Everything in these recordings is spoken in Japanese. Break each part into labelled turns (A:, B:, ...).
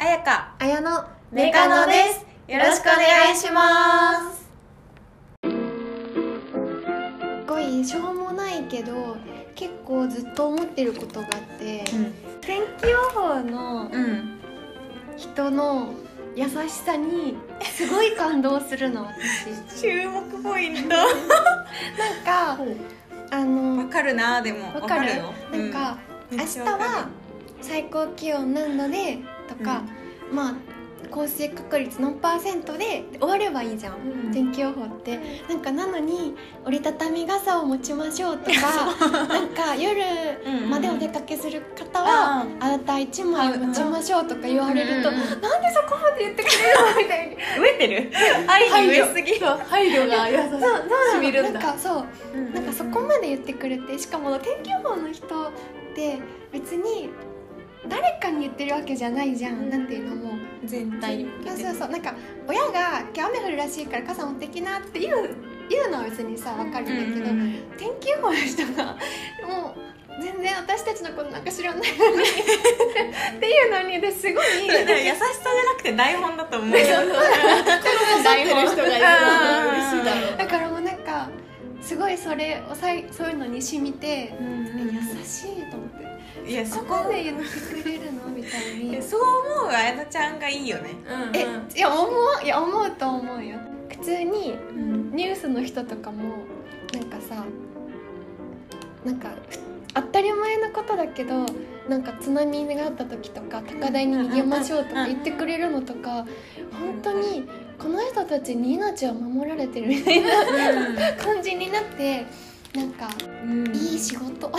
A: あやの
B: メカノですよろしくお願いします
A: すごいしょうもないけど結構ずっと思ってることがあって、天気予報の
B: うん
A: 人の優しさにすごい感動するの私
B: 注目ポイント
A: なんかあ
B: わ
A: の
B: かるなでも
A: わか
B: わか
A: るな
B: るよ
A: んか、
B: うん
A: 明日は最高気温何度でとか、まあ降水確率何パーセントでで終わればいいじゃん、
B: うん
A: 天気予報ってなんかなのに折りたたみ傘を持ちましょ うとかなんか夜
B: うんうん
A: までお出かけする方は、
B: うん
A: あなた一枚持ちましょうとか言われると、
B: うんうんうん
A: なんでそこまで言ってくれるのみたいに
B: 植えてる愛に植えすぎ
C: そう配慮が優し
A: そうそう
C: しみるんだ
A: なんかそうなんかそこ
B: も
A: まで言ってくれてしかも天気予報の人って別に誰かに言ってるわけじゃないじゃん、
B: うん
A: なんていうのも
B: 全体に向け
A: そう
B: て
A: そうそうなんか親が「今日雨降るらしいから傘持ってきな」って言う言うのは別にさわかるんだけど、
B: うんうんうん
A: 天気予報の人がもう全然私たちのことなんか知らないのにっていうのにですごい
B: だから優しさじゃなくて台本だと思う
C: 刺ってる人がいるのは嬉しいだろう
A: だからもうなんかすごいそれをさいそういうのに染みて、え優しいと思って。
B: いやそ
A: そ
B: こ
A: こ
B: で
A: で言ってくれるのみたいに
B: えそう思うあやなちゃんがいいよね
C: うん
A: え
C: うん
A: いや思ういや思うと思うよ普通に
B: うん
A: ニュースの人とかもなんかさなんか当たり前のことだけどなんか津波があった時とか高台に逃げましょうとか言ってくれるのとか本当にこの人たちに命は守られてるみたいな感じになってなんか
B: うん
A: いい仕事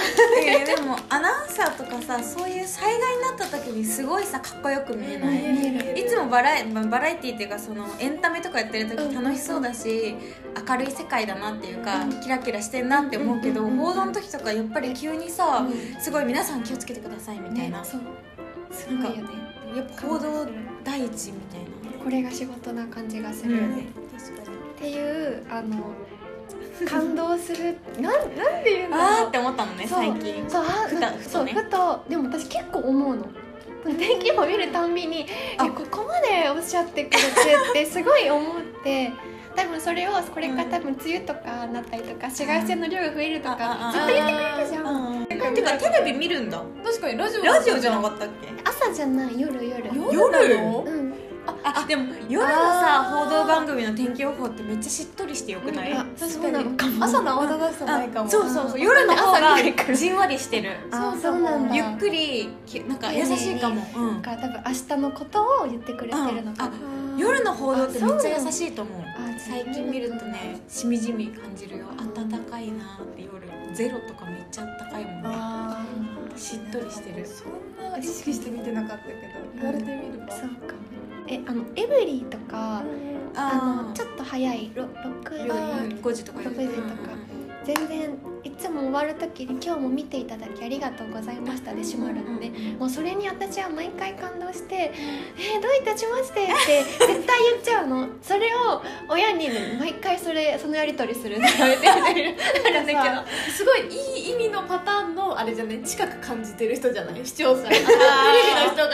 B: えでもアナウンサーとかさそういう災害になった時にすごいさかっこよく見えない、
A: 見える
B: いつもバラエまあバラエティーっていうかそのエンタメとかやってる時楽しそうだし明るい世界だなっていうか
A: うん
B: キラキラしてんなって思うけど
A: うん
B: 報道の時とかやっぱり急にさすごい皆さん気をつけてくださいみたいな
A: ねそうすごいよね
B: やっぱ報道第一みたい
A: これが仕事な感じがす
B: な
A: るよね、
B: 確かに
A: っていう あの感動するなんなんていうんだ
B: あー
A: ろ
B: っ
A: う
B: て思ったのね
A: そう
B: 最近
A: そうあ
B: ふたふと
A: そう
B: ね
A: ふとでも私結構思うの天気予報見るたんびに
B: あ
A: えここまでおっしゃってくれてって すごい思って多分それをこれから多分梅雨とかなったりとか紫外線の量が増えると
B: あ
A: か
B: あ
A: ずっと言ってくれるじゃん
B: うんてかテレビ見るんだ
C: 確かにラジオ
B: ラジオじゃな
C: く
B: かったっけ
A: 朝じゃない夜夜
C: 夜なの
A: うん
B: あでも夜のさ
C: あー
B: 報道番組の天気予報ってめっちゃしっとりしてよくない
A: あ
C: 確
A: そうなのか
C: かに
A: も
C: 朝の慌ただしさ
B: あ
C: ないかも
B: そうそうそう夜の方
A: 朝
B: が
A: 見ないから
B: じんわりしてる
A: あ
C: そう
A: そ
C: か
A: う
C: も
A: なんだ
B: ゆっくりきなんか優しいかも、うん
A: だから多分明日のことを言ってくれてるのかな
B: 夜の報道ってめっちゃ優しいと思う
A: あそうな
B: 最
A: の
B: 近見るとねしみじみ感じるよ暖かいなって夜ゼロとかめっちゃ暖かいもんね
C: あー
B: しっとりしてる
C: そんな意識して見てなかったけど言われてみれば
A: そうかもえあのエブリィとか、あのち
B: ょ
A: ょっと早いろ6時
B: 5時とか
A: 6時とか全然いつも終わる時に「今日も見ていただきありがとうございました」で閉まるのね、もうそれに私は毎回感動して「えー、どういたしまして」 って絶対言っちゃうのそれを親に毎回それそのやり取りするって言われて るなんだけ
C: すごいいい意味のパターンのあれじゃない近く感じてる人じゃない視聴者テレビの人がな ん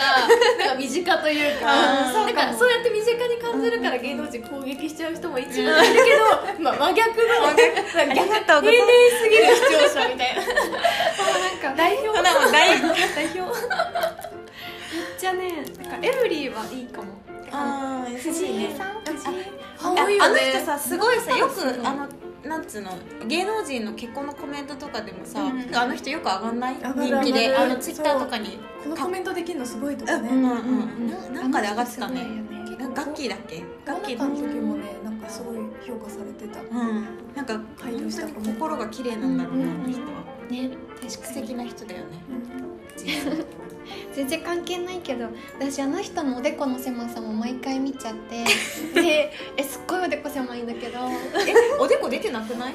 C: か身近というか
B: あー
C: なんかそうやって身近に感じるから芸能人攻撃しちゃう人も一部いるけど、まあ、真逆の
B: ありがとうござ
C: 丁
B: い
C: 寧
B: ます
C: ぎる視聴者みたいな
A: どなんか
C: 代表
B: すほなもう代表
A: じゃあねなんかエブリィはいいかも
B: あー優
A: 藤
B: しいね
A: 井さん藤井
B: あ
C: 多いよね
B: あの人さすごいさよ
C: そうそう
B: くあのなんつうの芸能人の結婚のコメントとかでもさ、
C: うん
B: あの人よく上がんない
C: 上がる
B: 人気
C: 上
B: で
C: が
B: あ
C: る
B: のツイッターとかに
C: このコメントできるのすごいと
B: う
C: か
B: ん
C: ね、
B: うん
C: う
B: うんななんかで上がってた
A: あの
B: ね
A: 人すごいよね
B: なんかガッキーだっけガッキー
C: の時
B: う
C: もねなんかすごい評価されてた、
B: んなんか
C: 配慮したコメント
B: 心が綺麗なんだろうな、
A: うん
B: あの人は
A: ね確か
B: 素
A: に
B: 敵な人だよね
A: 全然関係ないけど私あの人のおでこの狭さも毎回見ちゃって でえすっごいおでこ狭いんだけど
B: おでこ出てなくない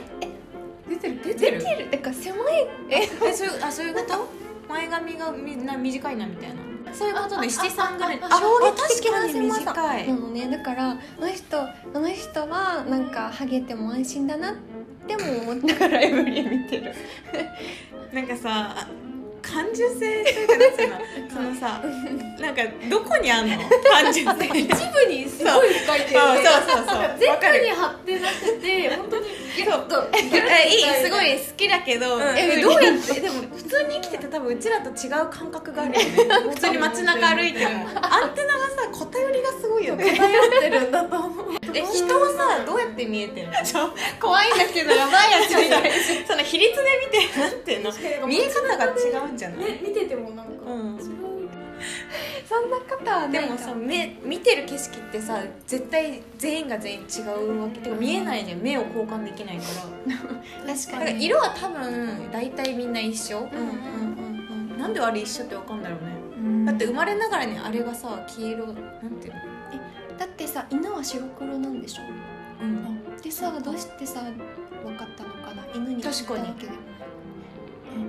C: 出てる
B: 出てる
A: てか狭い
B: えそういうあそういうこと前髪がみんな短いなみたいなそういうことね七三ぐらい
C: ああ
B: あ
C: 衝撃的な
B: 確かに
C: 狭さ
B: 短い
A: なのねだからあの人あの人はなんかハゲても安心 だなっても思ってだからエブリィ見てる
B: なんかさあ単純性というかなんつうのそのさなんかどこにあんの単純性
C: 一部にすごい深いというか
B: そうそ
C: な
B: うそう
C: んか
B: わか
C: 全
B: る
C: 部に張ってなくて本当にギュッと
B: えいいすごい好きだけど、
C: ん
B: えどうやってでも普通に生きてて多分うちらと違う感覚があるよね 普通に街中歩いてもアンテナがさ偏りがすごいよね
C: 偏ってるんだと思う
B: え人をさどうやって見えて るの
C: 怖いんですけどやばいやつみたい
B: その比率で見て なんていうの見え方が違うんじゃ ない、
C: ね見ててもなんか、
B: うん
C: それ
A: そんなことは
B: でもさ目見てる景色ってさ絶対全員が全員違うわけてか見えないじゃん目を交換できないから
A: 確
B: だから色は多分大体みんな一緒
A: うんうん
B: なんであれ一緒ってわかんだろうね
A: うんうん
B: だって生まれながらにあれがさ黄色なんていうの、
A: だってさ犬は白黒なんでしょ
B: うん、
A: でさどうしてさ分かったのかな犬に
B: 確かに
A: 聞いただけで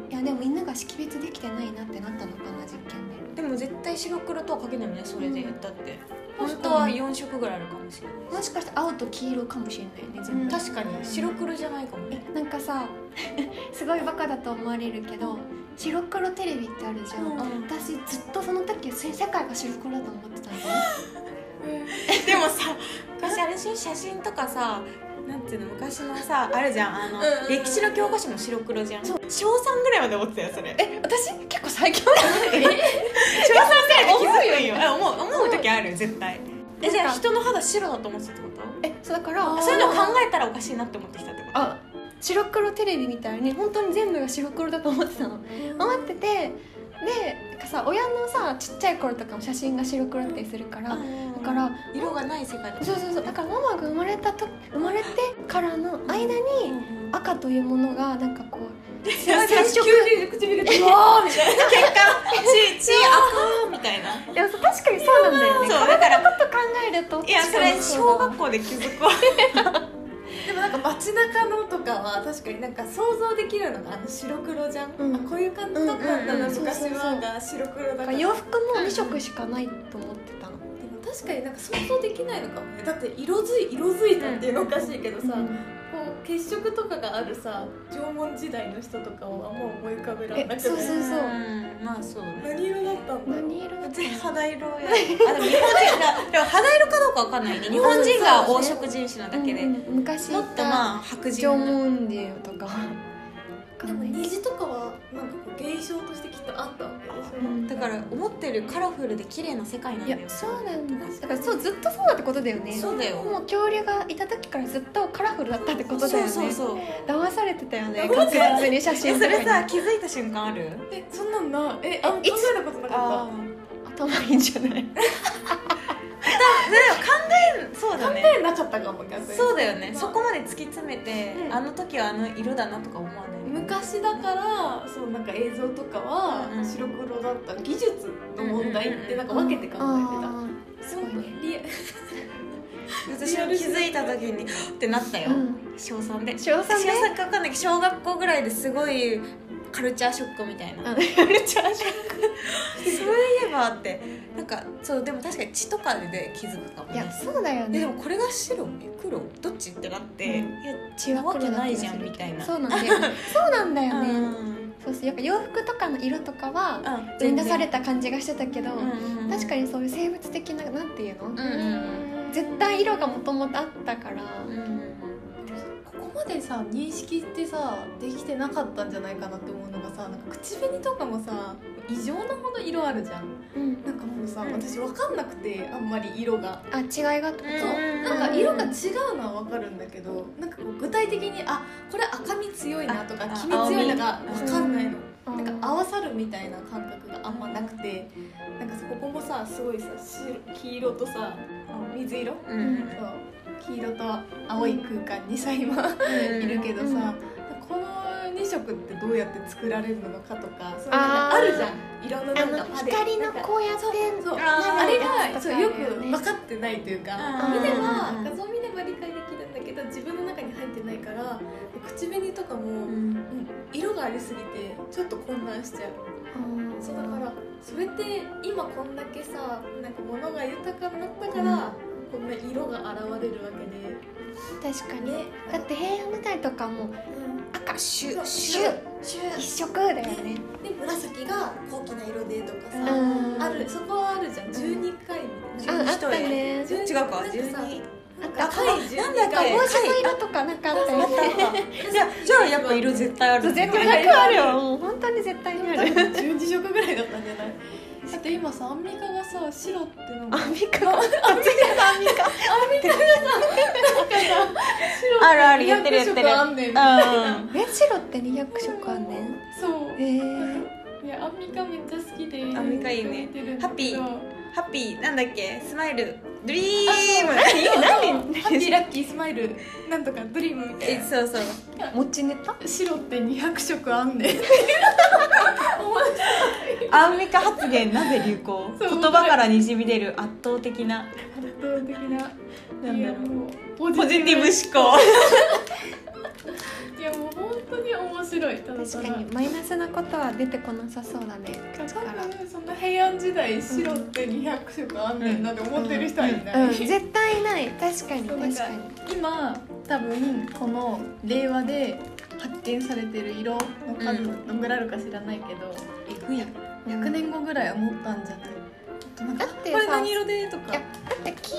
A: いやでも犬が識別できてないなってなったのかな実験
B: で
A: で
B: も絶対白黒とは限らないよねそれで言ったって
A: うん
B: 本当は4色ぐらいあるかもしれない
A: もしかして青と黄色かもしれないよね全部、
B: 確かに白黒じゃないかもね
A: えなんかさ すごいバカだと思われるけど白黒テレビってあるじゃん、
B: うん
A: 私ずっとその時せ世界が白黒だと思ってたんだよね
B: でもさ昔あれでしょ写真とかさなんていうの昔のさあるじゃんあの、
C: うんうんうん
B: 歴史の教科書も白黒じゃん小3ぐらいまで思ってたよそれ
A: え私結構最強
B: 小3ぐらいで気づくんよえ思う思う時ある絶対えじゃあ人の肌白だと思ってたってこと
A: えそうだから
B: そういうのを考えたらおかしいなって思ってきたってこと
A: あ白黒テレビみたいに本当に全部が白黒だと思ってたの思っててでなんかさ親のさちっちゃい頃とかも写真が白黒だったりするから、だからら
B: 色がない世界だ
A: そうそうそうだからママが生まれたと生まれてからの間に
B: うん
A: 赤というものがなんかこう
B: いや
A: 接触
C: 急に唇 がうわーみたいな
B: 結果血血赤みたいな
A: でもさ確かにそうなんだよね
B: そうだから
A: ちょっと考えると
B: いやそれ小学校で気づくわ
C: でもなんか街中のとかは確かになんか想像できるのがあの白黒じゃん、
A: うん
C: あこういう感じとかだ
B: うんうん
C: な
B: うん
C: 昔
A: そうそ
C: は
A: う
C: が白黒だ
A: なん
C: か
A: から洋服も2色しかないと思ってたの、
C: でも確かになんか想像できないのかもねだって色づい色づいたっていうのおかしいけどさ、
A: さ
C: こう血色とかがあるさ縄文時代の人とかをあんま思い浮かべられな
A: え
C: くて
A: そうそうそうん
B: まあそうね
C: 何色だったんだろう
A: 何色
B: 全然肌色 やあでも日本人 がでも肌色かどうかわかんないね日本人が黄色人種なだけで
A: うん
B: も
A: うん
B: っ
A: 昔
B: とまあ白
A: 縄
B: 人
A: 文人とかわか
C: で
A: ん
C: も
A: ない
C: 虹とかはなんかこう現象としてきっとあったわけでしょ、
A: うん
B: だから思ってるカラフルで綺麗な世界なん
A: い
B: だ
A: や
B: よ
A: そうなんだだからそうずっとそうだってことだよね
B: そうだよ
A: もう恐竜がいた時からずっとカラフルだったってことだよね
B: そうそうそう
A: 騙されてたよね
C: 騙さ
A: 確
C: れた
A: 実に写
B: え
A: 真
B: そ
A: とかに
B: れさ気づいた瞬間ある
C: えそんなんなえあんま考
A: いつ
C: えたことなかっ
A: 頭いいんじゃない
B: あーそうだね
C: たえなかったかも逆に
B: そうだよね、
C: まあ
B: そこまで突き詰めて、
C: うん
B: あの時はあの色だなとか思わない
C: 昔だからそうなんか映像とかは
B: うんうん
C: 白黒だった技術の問題ってなんか分けて考えてた、
A: あーす
C: す
A: ご
C: ご
A: い
C: い
A: ね
C: リア
B: 私は気づいた時にってなったよ、
A: うん
B: 小3で
A: 小三
B: 私
A: で
B: がさっきわかんないけど小学校ぐらいですごいカルチャーショックみたいな、
A: うん
B: カルチャーショックそういえばってなんかそうでも確かに血とかで気づくかも
A: いや
B: ね
A: そうだよ
B: でで
A: ね
B: もこれが白黒どっちってなって、
A: うん
B: いや
A: 血は
B: わ
A: 黒
B: け
A: だった
B: な
A: り
B: い
A: す
B: じ
A: る
B: ゃんみたいな
A: そうなんだ よねそうなんだよ
B: う
A: ね
B: ん
A: そうそうやっぱ洋服とかの色とかは
B: あ
A: 生み出された感じがしてたけど
B: うんうんうん
A: 確かにそういう生物的ななんていうの
B: うんうんうん
A: 絶対色がもともとあったから
C: ここまでさ認識ってさできてなかったんじゃないかなって思うのがさなんか口紅とかもさ異常なほど色あるじゃん
A: うん
C: なんかもうさ、
B: うん
C: 私分かんなくてあんまり色が
A: あ違いがあったこ
B: うん
C: そうなんか色が違うのは分かるんだけどなんかこう具体的にあこれ赤み強いなとか
B: あ
C: 黄み強いなが
B: 青み
C: 分かんないの、
A: と
C: なんか合わさるみたいな感覚があんまなくてなんかそこもさすごいさ白黄色とさあの水色
B: うんうん
C: そう黄色と青い空間にさ今いるけど
A: うん
C: さこの2色ってどうやって作られるのかとかそういうのが
A: あー
C: あるじゃん色の
A: あ
C: なんか
A: の
C: パレ
A: 光の
C: なんか
A: こうやって
C: そう
B: あー
C: あれ
A: や
C: が
A: つ
C: そ
A: と
C: う
A: かあるよ
C: よ
A: ね
C: く分かってないというか
B: あ
A: ー
C: 見れば
A: うん
C: 画像見れば理解できるんだけど自分の中に入ってないから口紅とかも、うん色がありすぎてちょっと混乱しちゃうそうだからそれって今こんだけさなんか物が豊かになったから、こんな色が現れるわけで
A: 確かに
C: ね
A: だって平安時代とかも赤
B: かシュシ
C: シ
B: ュ
C: ュ
A: 一色だよね
C: で紫が高貴な色でとかさ、
A: うん
C: あるそこはあるじゃん12回みたいな
A: ああ
B: 一
A: った
B: 人
A: ね
C: 12
B: 違うか
C: なん
B: 十
C: さ
B: 二
C: なん
A: あ
C: か
A: 赤
C: 赤
A: い
C: い
B: な
C: 12
B: んで赤
A: 帽
B: い
C: 回
A: 子の色と かなかったよね
B: じゃあじゃあやっぱ色絶対あ
A: そう
B: る
A: 絶対なくあるよもう本当に絶対にある
C: 12色ぐらいだったんじゃ ないだって今さアンミカがさ白ってなんか
A: アンミカが
C: 白
B: あるある言ってる言ってる
C: 200色あんねん
B: うん
A: え白って200色あんねん
C: そう
A: えー、
C: いやアンミカめっちゃ好きで
B: アンミカいいね
C: 見てるんだけど
B: ハハッピーなんだっけスマイルドリーム
C: そう ハッピーラッキースマイルなんとかドリームみたい
B: え
C: な
B: そうそう
A: 持ちネタ
C: 白って200色あんねん
B: アンミカ発言なぜ流行
C: そう
B: 言葉からにじみ出る圧倒的 な
C: 圧倒的な
B: なんだろう
C: ポ
B: ポジティブ思考
C: いやもう本当に面白いただた
A: 確
C: だ
A: かにマイナスなことは出てこなさそうだね口
C: 多
A: から
C: 分その平安時代白って200色あんねんなって思ってる人はいない、
A: うん絶対ない確かに
C: そうな
A: 確か
C: ん
A: に
C: か今多分この令和で発見されてる色の数どんぐらいあるか知らないけど、
B: えぐや
C: 100年後ぐらいは持ったんじゃないなん
A: だ
C: か
A: って
B: これ
A: さ
B: 何色でとか
A: いやだって黄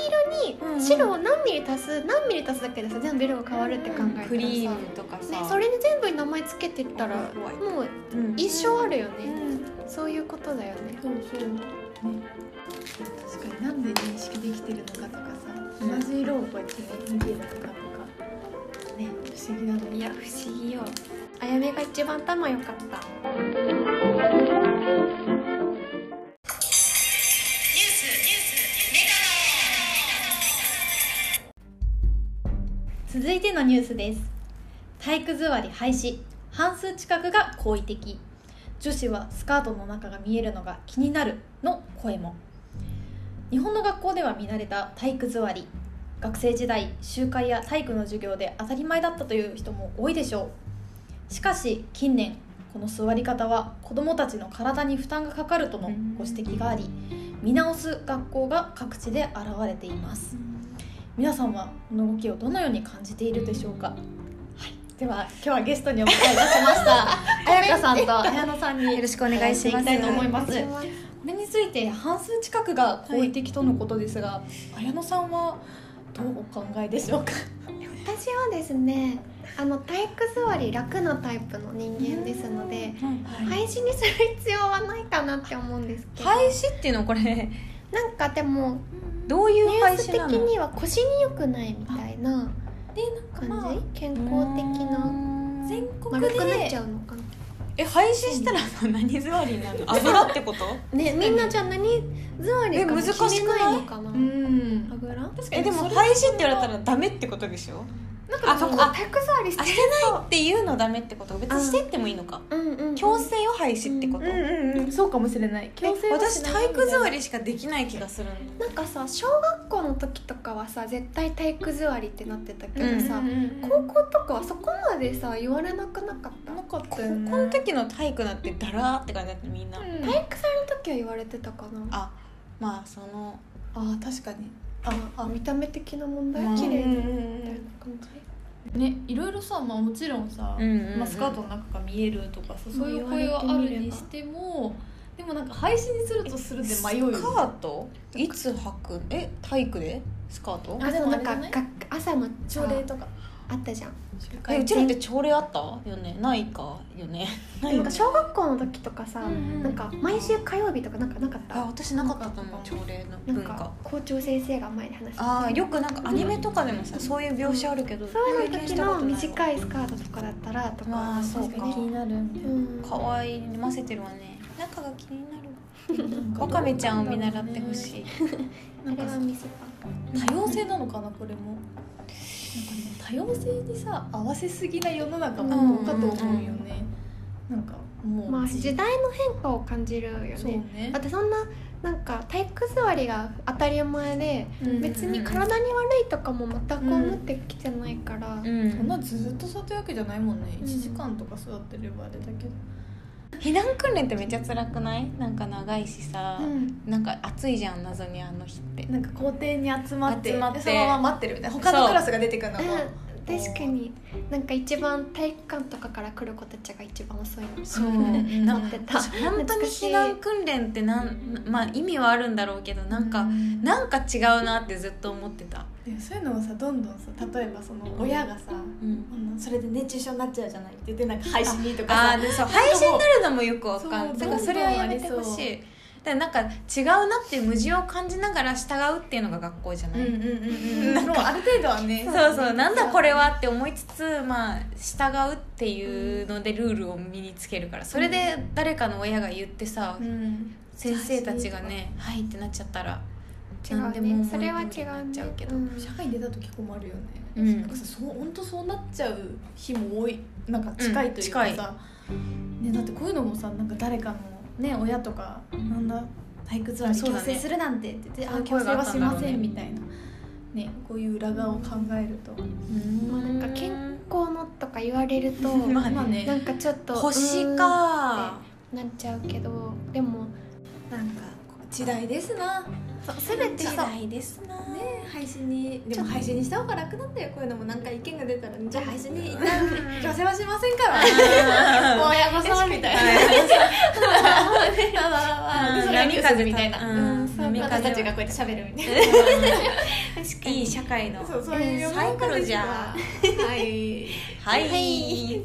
A: 色に白を何ミリ足す何ミリ足すだけでさ全部色が変わるって考えたらさ
B: クリームとか
A: ね
B: さ、
A: それに全部に名前つけてったら
B: 怖い
A: もう
B: うん
A: 一生あるよね、そういうことだよね
C: そうそうね確かになんで認識できてるのかとかさ、
B: うん
C: 同じ色をこうやって見てるのかとかね不思議なの
A: いや不思議よあやめが一番頭良かった
D: 続いてのニュースです体育座り廃止半数近くが好意的女子はスカートの中が見えるのが気になるの声も日本の学校では見慣れた体育座り学生時代集会や体育の授業で当たり前だったという人も多いでしょうしかし近年この座り方は子どもたちの体に負担がかかるとのご指摘があり見直す学校が各地で現れています皆さんはこの動きをどのように感じているでしょうか、はい、では今日はゲストにお迎えいたしました 彩香さんと彩乃さんによろしくお願いしていきたいと思いますこれについて半数近くが好意的とのことですが、彩乃さんはどうお考えでしょうか
A: 私はですねあの体育座り楽なタイプの人間ですので廃止にする必要はないかなって思うんですけど、
B: 廃止っていうのこれ
A: なんかでも
B: どうい
A: ニ
B: う
A: ュ
B: 廃
A: ース
B: 止
A: 的
B: なの
A: には腰に良くないみたいな
D: でなんかま
A: 感
D: あ
A: じ健康的な
D: 全国
A: 丸くなっ
D: で
A: ちゃうのかな
B: え廃止 したらさ何座りになる の油ってこと
A: ねみんなじゃあ何座り
B: え
A: かも
B: 難しくない
A: 決めないのかな
C: うん
A: あぐら
D: 確か
B: え
D: に
B: でも
D: それ
B: 廃止って言われたらダメってことでしょ
A: なんか
B: あそっか
A: 体育座りし
B: あして
A: て
B: ないっていうのダメってこと別に
A: うん
B: してってもいいのか
A: うんうん
B: 強制を廃止ってこと、
A: うん
C: うんうんそうかもしれない強制はし
B: 私
C: ない
B: 体育座りしかできない気がするんだ
A: なんかさ小学校の時とかはさ絶対体育座りってなってたけどさ、
C: うんうん
A: 高校とかはそこまでさ言われなくなかった
C: なかった
B: 高
C: よ
B: 校
C: ね
B: の時の体育なんてダラーって感じだったみんな、
C: うん
A: 体育祭の時は言われてたかな
B: あまあその
C: あー確かに
A: あ見た目的な問題
B: うん
A: 綺麗
C: うん
A: み
C: うん
A: たいな感じ
C: ねいろいろさ、まあ、もちろんさ、
B: うんうんうん
C: まあ、スカートの中が見えるとかさ
A: まあ
C: そういう声はあるにしてもでもなんか配信にするとするで
B: スカ
C: 迷うよね
B: ートいつ履くえ体育でスカート
A: あ
C: あ
A: で
C: で
A: も
C: も
A: な
C: なんん
A: か
C: か
A: が朝の朝
C: 朝礼とか
A: あったじゃん
B: えうちらって朝礼あったよねないかよねない
A: な
B: よ
A: んか
B: ね
A: 小学校の時とかさ、
C: うん
A: なんか毎週火曜日とかなんかなかっ
B: あ
A: た
B: 私なかったと思う朝礼の
A: な
B: 文
A: んか
B: 化
A: 校長先生が前に話して
B: ああ
A: た
B: よくなんかアニメとかでもさそういう描写あるけど
A: そういうの時の
B: い
A: 短いスカートとかだったらとか
B: ああそうか
D: 気になるみたいな
A: うん
B: かわいませてるわね中が気になる
C: なんか
B: わかめちゃんを見習ってほしい
A: あれは見せた
D: 多様性なのかなこれも
C: なんかね多様性にさ合わせすぎな世の中もどうかと思うよね、なんかもう、
A: まあ
C: 自
A: 時代の変化を感じるよ
C: そう
A: ね
C: ね
A: だってそんななんか体育座りが当たり前で
C: うん
A: 別に体に悪いとかも全く思ってきてないから、
B: うん
C: そんなずっと座ってるわけじゃないもんね
A: うん
C: 1時間とか座ってればあれだけど、
B: 避難訓練ってめっちゃ辛くないなんか長いしさ
A: うん
B: なんか暑いじゃん謎にあの日って
C: なんか校庭に集まって
B: 集まって
C: そのまま待ってるみたいな
B: そう
C: 他のクラスが出てくるのも
A: うん確かになんか一番体育館とかから来る子たちが一番遅いの
B: そう
A: な
B: なん
A: っ
B: か
A: てた
B: 本当に避難訓練ってなんまあ意味はあるんだろうけどなんかなんか違うなってずっと思ってた、
C: でもそういうのをさどんどんさ例えばその親がさ、
B: うん、
C: あのそれで熱中症になっちゃうじゃないって言ってなんか配信にとか
B: あ
C: さ
B: あでそう配信になるのもよくわか
C: そ
B: ん
C: う
B: だからそれはやめてほ
C: どんどんあ
B: し
C: り
B: いだからなんか違うなっていう矛盾を感じながら従うっていうのが学校じゃない、
C: うんうん
B: なん
C: もうある程度はね
B: そうそうなんだこれはって思いつつまあ従うっていうのでルールを身につけるからそれで誰かの親が言ってさ、
C: うん
B: 先生たちがね「はい」ってなっちゃったら
A: 違う
B: 何で
A: ね
B: も思い
A: それは違う
B: 通りになっ
A: ね
B: ちゃうけど
A: ん
C: 社会に出た時困るよね、
B: うん
C: なんかさそう本当そうなっちゃう日も多いなんか近いというか
B: うん
C: さ、ね、だってこういうのもさなんか誰かのね親とかなんだ体育座り
B: そう
C: 強
B: だね
C: 制するなんてって言って、
B: そうい
C: あ
B: う
C: 強
B: 声
C: 制
B: があ
C: は
B: った
C: し
B: んだろ
C: ま
B: うね
C: せんみたいなねこういう裏側を考えると
A: まあなんか健康のとか言われると
B: まあ
C: まあ
B: ね
A: な
C: ね
A: んかちょっと
B: 星か
A: うーんなっちゃうけどでも
C: なんか時代ですな
A: そう全て
B: 時
A: さ
B: 代ですな
C: ね配信にでも配信にした方が楽なんだよこういうのもなんか意見が出たら、じゃあ配信に一旦強制はしませんから親御さんみたいな
B: 波風みたいな
A: うんそう
B: 波
C: 私た
B: 風
C: ちが
B: が
C: こうやって喋るみたい
B: いい社会の
C: なそう
A: そういう
B: サイクルじゃ
C: はい
B: はい